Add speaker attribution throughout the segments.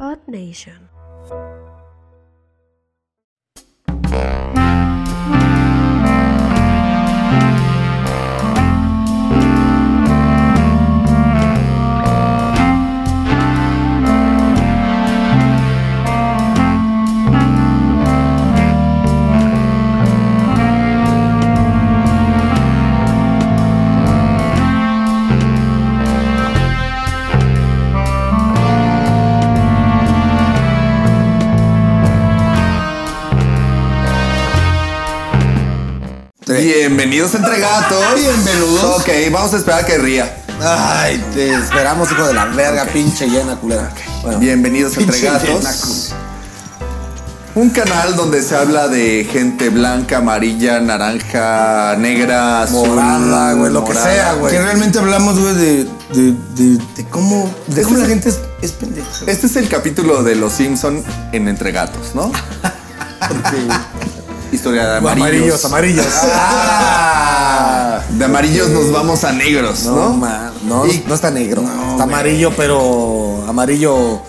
Speaker 1: Earth Nation.
Speaker 2: Bienvenidos entre gatos.
Speaker 3: Bienvenidos.
Speaker 2: Ok, vamos a esperar a que ría.
Speaker 3: Ay, te esperamos, hijo de la verga,
Speaker 2: Ok.
Speaker 3: pinche llena culera. Bueno,
Speaker 2: Bienvenidos entre
Speaker 3: pinche llena
Speaker 2: gatos.
Speaker 3: culera.
Speaker 2: Un canal donde se habla de gente blanca, amarilla, naranja, negra, azul,
Speaker 3: Morada, güey, lo que
Speaker 2: morada,
Speaker 3: sea, güey.
Speaker 4: Que realmente hablamos, güey, de, de, de, de cómo, de cómo la gente es, es pendeja. güey.
Speaker 2: Este es el capítulo de Los Simpson en Entre Gatos, ¿no? Historia de amarillos.
Speaker 4: Amarillos, amarillos.
Speaker 2: Ah, de amarillos nos vamos a negros,
Speaker 3: No,
Speaker 2: ¿no?
Speaker 3: ma- no,
Speaker 2: Y-
Speaker 3: no está negro. está
Speaker 4: güey.
Speaker 3: amarillo, pero amarillo.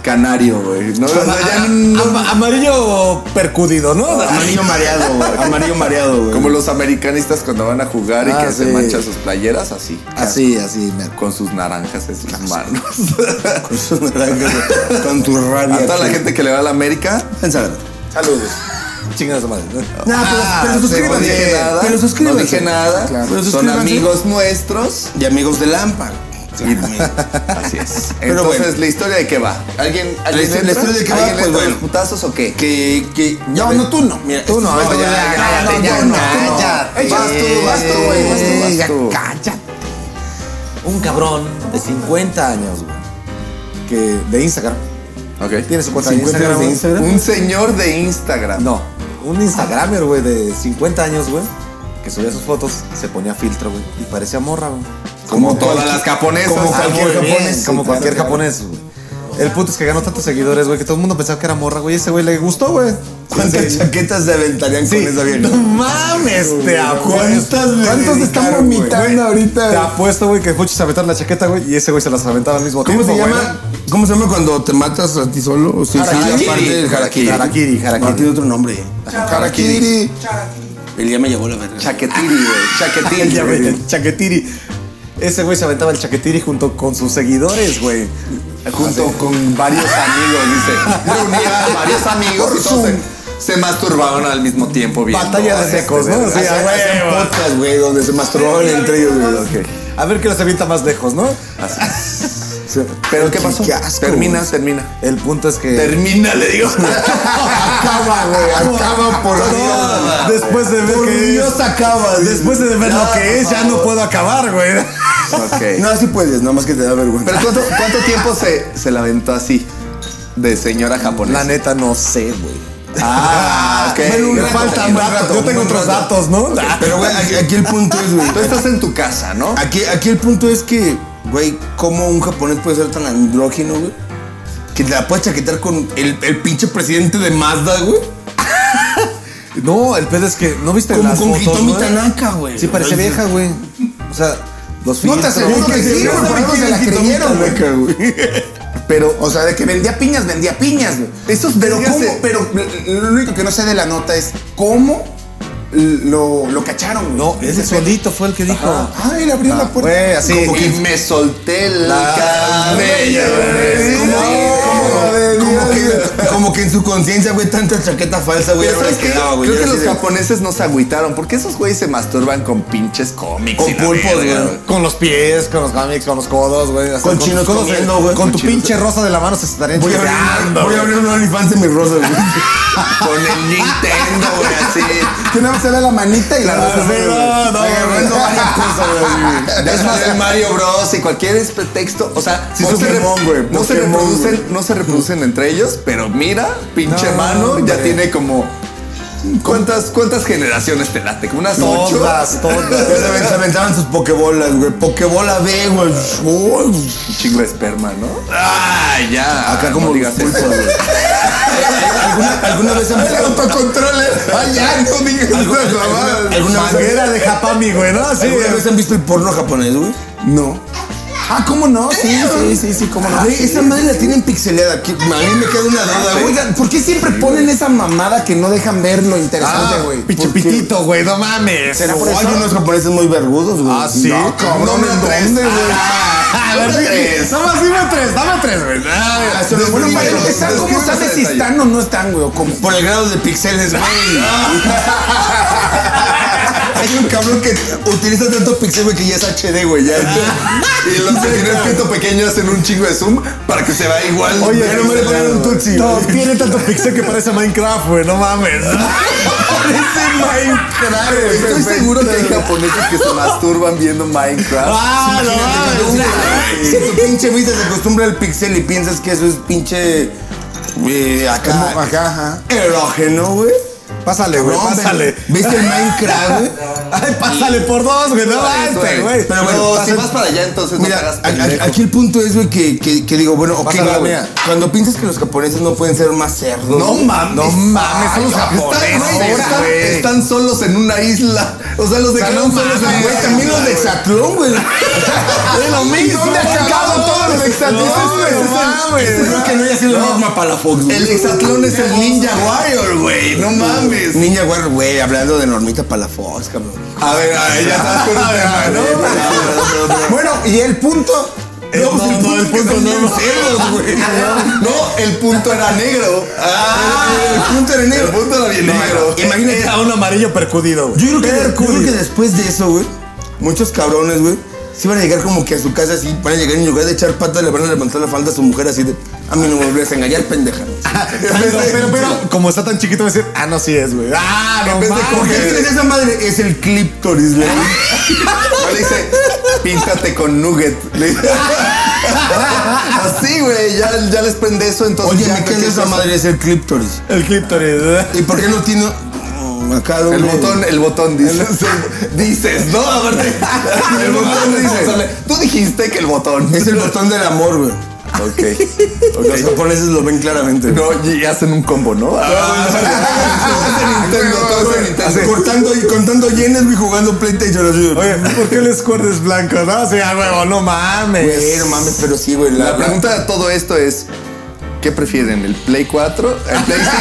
Speaker 2: Canario, güey. No, no,
Speaker 3: Ah,
Speaker 2: ya no-
Speaker 3: Ama- amarillo percudido, ¿no?
Speaker 4: Amarillo mareado, güey. Amarillo mareado, güey.
Speaker 2: Como los americanistas cuando van a jugar y
Speaker 3: Ah,
Speaker 2: que se
Speaker 3: sí. Ah,
Speaker 2: manchan sus playeras, así.
Speaker 3: Así, así, me
Speaker 2: Con sus naranjas en
Speaker 3: Ah,
Speaker 2: sus manos.
Speaker 3: Con sus naranjas, güey, con tu rabia.
Speaker 2: A toda la
Speaker 3: güey.
Speaker 2: gente que le va a la América,
Speaker 3: Pensad. Saludos. Chingan a su madre. ¿no?
Speaker 2: Ah,
Speaker 3: pero suscríbanse,
Speaker 2: no dije nada.
Speaker 3: pero suscríbanse.
Speaker 2: No dije nada.
Speaker 3: Claro. Pero
Speaker 2: Son
Speaker 3: suscríbanse.
Speaker 2: amigos nuestros.
Speaker 3: Y amigos de Lampa.
Speaker 2: Y- Así es.
Speaker 3: Pero
Speaker 2: Entonces,
Speaker 3: bueno.
Speaker 2: ¿la historia de qué va? ¿Alguien, alguien
Speaker 3: histo- la
Speaker 2: entra?
Speaker 3: historia de qué va,
Speaker 2: ¿Alguien entra
Speaker 3: pues,
Speaker 2: a los
Speaker 3: bueno.
Speaker 2: putazos o qué?
Speaker 3: Que, que. No,
Speaker 2: ves.
Speaker 3: no, tú no. Mira,
Speaker 2: Tú no,
Speaker 3: esto-
Speaker 2: no, ya, ya,
Speaker 3: cállate,
Speaker 2: ya,
Speaker 3: tú no, tú no.
Speaker 2: cállate.
Speaker 3: Vas tú, vas tú, güey, vas tú, vas
Speaker 2: Ya,
Speaker 3: tú. Un cabrón de 50 años, güey. Que de Instagram.
Speaker 2: Ok.
Speaker 3: ¿Tienes su cuenta de
Speaker 4: 50
Speaker 3: Instagram?
Speaker 4: años de
Speaker 3: güey?
Speaker 4: Instagram?
Speaker 2: Un señor de Instagram.
Speaker 3: No, un Instagramer, güey, de 50 años, güey. Que subía sus fotos, se ponía filtro, güey. Y parecía morra, güey.
Speaker 2: Como todas las japonesas.
Speaker 3: Como
Speaker 2: Ah,
Speaker 3: cualquier
Speaker 2: muy bien.
Speaker 3: japonés.
Speaker 2: Sí,
Speaker 3: como
Speaker 2: claro,
Speaker 3: cualquier
Speaker 2: claro.
Speaker 3: japonés, güey. El puto es que ganó tantos seguidores, güey, que todo el mundo pensaba que era morra, güey. Ese güey le gustó, güey.
Speaker 4: ¿Cuántas chaquetas se aventarían
Speaker 3: Sí.
Speaker 4: con esa
Speaker 3: No
Speaker 4: vieja?
Speaker 3: mames, te apuesto.
Speaker 4: ¿Cuántas le
Speaker 3: ¿Cuántos están
Speaker 4: dedicaron, güey?
Speaker 3: vomitando
Speaker 4: Güey,
Speaker 3: ahorita?
Speaker 4: te
Speaker 3: Te apuesto, güey, que muchos se aventaron la chaqueta, güey, y ese güey se las aventaba al mismo
Speaker 4: ¿Cómo
Speaker 3: tiempo.
Speaker 4: se llama? ¿Cómo se llama cuando te matas a ti solo? O sea,
Speaker 2: Harakiri.
Speaker 4: sí, aparte del harakiri.
Speaker 3: Harakiri, harakiri.
Speaker 4: No, tiene otro nombre.
Speaker 2: Harakiri.
Speaker 4: El día me llevó la verga.
Speaker 2: Chaquetiri, güey. Chaquetiri. güey.
Speaker 3: El chaquetiri. Ese güey se aventaba el chaquetiri junto con sus seguidores, güey.
Speaker 2: Junto con varios amigos, dice. Reunía a varios amigos y todos se, se masturbaban al mismo tiempo viendo.
Speaker 3: Batalla de
Speaker 2: a
Speaker 3: secos,
Speaker 2: este,
Speaker 3: ¿no?
Speaker 2: ¿verdad?
Speaker 3: Sí, a
Speaker 4: Hacen
Speaker 3: huevo.
Speaker 4: hacen
Speaker 2: ah,
Speaker 4: podcast, güey, donde se masturbaban entre ellos, güey.
Speaker 3: A ver qué los avienta más lejos, ¿no? Sí.
Speaker 2: Pero ¿qué pasó?
Speaker 3: Qué asco,
Speaker 2: termina,
Speaker 3: güey.
Speaker 2: termina.
Speaker 3: El punto es que.
Speaker 2: Termina, le digo.
Speaker 4: Acaba, güey. Acaba por
Speaker 3: No,
Speaker 4: Dios.
Speaker 3: después de ver
Speaker 4: Por
Speaker 3: que
Speaker 4: Dios
Speaker 3: es-
Speaker 4: acaba.
Speaker 3: Después de ver
Speaker 4: No,
Speaker 3: lo que es, ya no puedo acabar, güey.
Speaker 2: ok.
Speaker 4: No, así puedes, nada más que te da vergüenza.
Speaker 2: Pero ¿cuánto, cuánto tiempo se, se la aventó así? De señora japonesa.
Speaker 3: La neta no sé, güey.
Speaker 2: Ah, ok.
Speaker 3: Bueno, me
Speaker 2: Gracias,
Speaker 3: faltan
Speaker 2: señora.
Speaker 3: datos. Yo tengo otros datos, ¿no?
Speaker 4: Pero, güey, aquí, aquí el punto es, güey.
Speaker 2: Tú estás en tu casa, ¿no?
Speaker 4: Aquí, aquí el punto es que, güey, cómo un japonés puede ser tan andrógino, güey. Que te la puedes chaquetar con el, el pinche presidente de Mazda, güey.
Speaker 3: No, el pedo es que no viste
Speaker 4: Como
Speaker 3: las
Speaker 4: con
Speaker 3: fotos,
Speaker 4: Hitomi
Speaker 3: güey?
Speaker 4: Tanaka, güey.
Speaker 3: Sí, parece
Speaker 4: Parece-
Speaker 3: vieja, güey. O sea, los
Speaker 4: No te
Speaker 3: filtros.
Speaker 4: aseguro que sí, güey, por algo se la creyeron, güey.
Speaker 2: Pero
Speaker 4: O sea, de que vendía piñas, vendía piñas, güey.
Speaker 2: Esos
Speaker 4: pero
Speaker 2: vergas
Speaker 4: cómo,
Speaker 2: se-
Speaker 4: pero lo único que no sé de la nota es cómo lo, lo cacharon, güey.
Speaker 3: No, ese solito fue el que dijo.
Speaker 4: Ah, él abrió la puerta.
Speaker 3: Güey, así.
Speaker 2: como que
Speaker 3: y-
Speaker 2: me solté el
Speaker 3: La-
Speaker 2: cabello.
Speaker 4: Es como-
Speaker 3: madre
Speaker 4: como- como
Speaker 3: mía.
Speaker 4: que- Como que en su conciencia, güey, tanta chaqueta falsa, güey,
Speaker 2: Pero
Speaker 4: ahora
Speaker 2: ¿sabes
Speaker 4: les
Speaker 2: qué?
Speaker 4: quedaba, este, güey.
Speaker 2: Creo que
Speaker 4: Era
Speaker 2: los
Speaker 4: así de-
Speaker 2: japoneses no se agüitaron porque esos güeyes se masturban con pinches cómics. y
Speaker 4: Con
Speaker 2: la
Speaker 4: pulpos,
Speaker 2: verga,
Speaker 4: güey.
Speaker 3: Con los pies, con los cómics, con los codos, güey. hasta
Speaker 4: Con chinos
Speaker 3: tus codos,
Speaker 4: comiendo,
Speaker 3: güey.
Speaker 4: güey.
Speaker 3: Con
Speaker 4: Con
Speaker 3: tu
Speaker 4: chinos.
Speaker 3: pinche rosa de la mano se estarían
Speaker 4: Voy a abrir
Speaker 3: chingando,
Speaker 4: una- voy a abrir un OnlyFans en mi rosa, güey.
Speaker 2: Con el Nintendo, güey, así.
Speaker 4: Que nada más sale la manita y la
Speaker 3: Ah, sí,
Speaker 4: rosa. güey.
Speaker 3: no, no,
Speaker 4: Agarrando
Speaker 3: güey.
Speaker 4: varias cosas, güey.
Speaker 2: Ya es más el Mario Bros y cualquier es pretexto. O sea,
Speaker 4: Sí,
Speaker 2: no, se
Speaker 4: Pokémon,
Speaker 2: re-
Speaker 4: güey,
Speaker 2: no se
Speaker 4: Pokémon,
Speaker 2: reproducen,
Speaker 4: güey.
Speaker 2: no se reproducen entre ellos, pero mira, pinche
Speaker 3: No,
Speaker 2: mano, ya
Speaker 3: hombre.
Speaker 2: tiene como. ¿Cuántas, ¿Cuántas generaciones te late? ¿Como unas ocho?
Speaker 3: Todas,
Speaker 4: Ya se
Speaker 3: todas.
Speaker 4: aven- se aventaban sus pokebolas, güey. Pokebola B, güey. Uy,
Speaker 2: Un chingo de esperma, ¿no? ¡Ah, ya!
Speaker 4: Acá
Speaker 2: no
Speaker 4: como los
Speaker 2: digas eso.
Speaker 4: pulpos, güey. ¿Alguna, alguna vez han visto autocontroles? ¡Ay, ya! No digas esas mamadas. ¿Alguna, vez,
Speaker 3: Manguera de Japami, güey, ¿no? Sí,
Speaker 4: ¿Alguna
Speaker 3: güey.
Speaker 4: vez han visto el porno japonés, güey? No. Ah, ¿cómo no? Sí, sí, sí, sí, cómo no. esa madre la tienen pixeleada. que- a mí me queda una duda, güey.
Speaker 5: Oigan, ¿por qué siempre ponen esa mamada que no dejan ver lo
Speaker 4: ah,
Speaker 5: interesante, güey?
Speaker 3: Ah, Pinche piquito, güey, no mames.
Speaker 5: ¿Será por
Speaker 4: Hay
Speaker 5: eso?
Speaker 4: unos japoneses muy vergudos, güey.
Speaker 3: Ah, sí.
Speaker 4: No, cabrón,
Speaker 3: No me Ah,
Speaker 4: ¿en dónde,
Speaker 3: atreves.
Speaker 2: Ah,
Speaker 4: güey?
Speaker 3: A ver, tres. Dame así, dame tres, dame tres, güey. Ah,
Speaker 4: se lo
Speaker 5: Bueno,
Speaker 4: Sí,
Speaker 5: para
Speaker 4: pero-
Speaker 5: empezar,
Speaker 2: pero
Speaker 5: ¿cómo
Speaker 2: escribe
Speaker 5: sabes
Speaker 2: ese
Speaker 5: si
Speaker 2: detalle.
Speaker 5: están o no están, güey? ¿O cómo?
Speaker 4: Por el grado de pixeles, güey. Hay un cabrón que utiliza tanto pixel, güey, que ya es HD, güey. Ya.
Speaker 3: Ah.
Speaker 2: Y los que tienen pito pequeño hacen un chingo de zoom para que se vea igual.
Speaker 3: Oye,
Speaker 2: Ya no me le ponen un tutsi.
Speaker 3: No, tiene tanto pixel que parece Minecraft, güey, no mames.
Speaker 2: Claro, estoy seguro que hay japoneses que se masturban viendo Minecraft.
Speaker 3: Ah, no mames.
Speaker 4: Si tu pinche vista se acostumbra al pixel y piensas que eso es pinche. eh, acá.
Speaker 5: Como acá, ajá.
Speaker 4: Erógeno, güey.
Speaker 3: Pásale, güey,
Speaker 4: Cabrón,
Speaker 3: pásale.
Speaker 4: ¿Viste el Minecraft, güey?
Speaker 3: Ay, pásale por dos, güey, no
Speaker 2: Por eso
Speaker 3: este,
Speaker 2: es.
Speaker 3: güey.
Speaker 4: Pero bueno,
Speaker 2: Pero si
Speaker 4: pasa-
Speaker 2: vas para allá, entonces no te hagas
Speaker 4: Mira, a- a-
Speaker 2: pendejo.
Speaker 4: aquí el punto es, güey, que, que- que digo, bueno, ok,
Speaker 3: Pásala,
Speaker 4: va, güey.
Speaker 3: mira.
Speaker 4: Cuando piensas que los japoneses no pueden ser más cerdos.
Speaker 2: No
Speaker 4: güey.
Speaker 2: mames.
Speaker 3: No mames, son los
Speaker 2: Están, güey,
Speaker 3: japoneses,
Speaker 2: están-
Speaker 3: güey.
Speaker 2: están solos en una isla. O sea, los dejaron solos en
Speaker 4: Güey, también los de Exatlón, güey.
Speaker 3: Es lo mismo.
Speaker 4: ¿Dónde acabaron todos
Speaker 3: No,
Speaker 4: los
Speaker 3: no mames.
Speaker 4: Espero que no haya sido la misma para la Fox, güey.
Speaker 2: El hexatlón es el Ninja Warrior, güey. No mames.
Speaker 4: Ninja Warrior, güey, hablando de Normita Palafox, cabrón.
Speaker 2: A ver, a ver, ya estás con el tema, ¿no?
Speaker 5: Bueno, y el punto.
Speaker 2: Eh,
Speaker 3: No,
Speaker 2: pues
Speaker 3: no, el punto no, no.
Speaker 2: Cerdos, güey. No, el punto era negro. Ah, el punto era negro. El punto era bien negro.
Speaker 4: Imagínate.
Speaker 3: Era un amarillo percudido, güey.
Speaker 4: Yo creo, que, yo creo
Speaker 3: Percudido.
Speaker 4: que después de eso, güey, muchos cabrones, güey, se van a llegar como que a su casa así, van a llegar en lugar de echar patas, le van a levantar la falda a su mujer así de, a mí no me volvías a engañar, pendeja.
Speaker 3: Pero, pero, pero, como está tan chiquito, va a decir, ah, no, sí es, güey. Ah, no
Speaker 2: vez de
Speaker 4: Porque
Speaker 3: mames.
Speaker 2: coger-
Speaker 4: esa- esa madre Ah, es el clíptoris, güey.
Speaker 2: No, le dice, píntate con nugget. Le dice- Así, güey, ya, ya les prende eso, entonces
Speaker 4: Oye,
Speaker 2: ya
Speaker 4: ¿me
Speaker 2: creo
Speaker 4: qué
Speaker 2: que
Speaker 4: es esa
Speaker 2: eso-
Speaker 4: madre? Es el clíptoris.
Speaker 3: El clítoris.
Speaker 4: ¿Y por qué no tiene mm, acá doble?
Speaker 2: El botón, el botón dices. dices, no, aparte. El botón dices. Tú dijiste que el botón.
Speaker 4: Es el botón del amor, güey.
Speaker 2: Ok. ok.
Speaker 4: Los japoneses lo ven claramente.
Speaker 2: No, y hacen un combo, ¿no? Ah,
Speaker 4: Así, Cortando y contando yenes, güey, jugando PlayStation así.
Speaker 3: Oye, ¿por qué les cuerdes blancos? No, o sea, huevo, no mames.
Speaker 4: Güey, no mames, pero sí, güey.
Speaker 2: La pregunta de todo esto es. ¿Qué prefieren? ¿El Play 4? ¿El Play 5?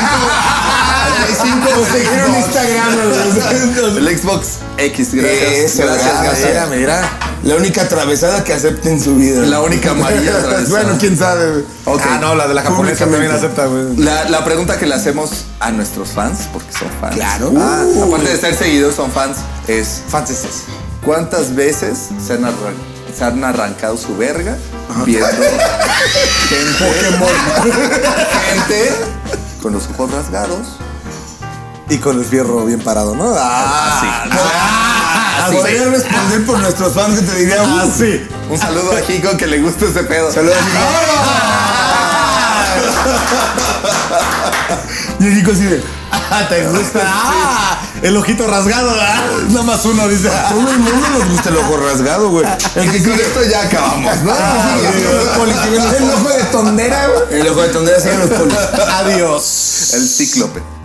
Speaker 2: ¿El Play 5 o
Speaker 4: Era un
Speaker 2: el Xbox?
Speaker 4: Instagram, güey.
Speaker 2: El Xbox X, gracias.
Speaker 4: Eso,
Speaker 2: gracias,
Speaker 4: gracias.
Speaker 2: gracias.
Speaker 3: mira.
Speaker 4: La única atravesada que acepta en su vida.
Speaker 2: La única amarilla atravesada.
Speaker 3: Bueno, quién sabe. güey.
Speaker 2: Ok.
Speaker 3: Ah, no, la de la japonesa también
Speaker 4: Públicamente.
Speaker 3: acepta, güey.
Speaker 2: La, la pregunta que le hacemos a nuestros fans, porque son fans.
Speaker 4: Claro.
Speaker 2: Ah, aparte de ser seguidores, son fans, es
Speaker 5: Franceses.
Speaker 2: ¿cuántas veces se han, arran- se han arrancado su verga viendo gente, gente con los ojos rasgados?
Speaker 3: Y con el fierro bien parado, ¿no? Ah,
Speaker 2: Así.
Speaker 3: no. Ah, sí.
Speaker 4: Podría responder por nuestros fans que te diría.
Speaker 3: Ah,
Speaker 4: "Uh,
Speaker 3: sí.
Speaker 2: Un saludo a Jico que le gusta ese pedo.
Speaker 4: Saludos, Jico. Y el chico así de.
Speaker 3: Ah, ¿Te gusta? Ah, el ojito rasgado, ¿verdad? Nada más uno dice. ah.
Speaker 4: Todo el mundo nos gusta el ojo rasgado, güey. Ah, El que
Speaker 2: Y con esto ya acabamos, ¿no?
Speaker 4: El ojo de tondera, güey. El ojo de tondera se los polis.
Speaker 3: Adiós.
Speaker 2: El cíclope.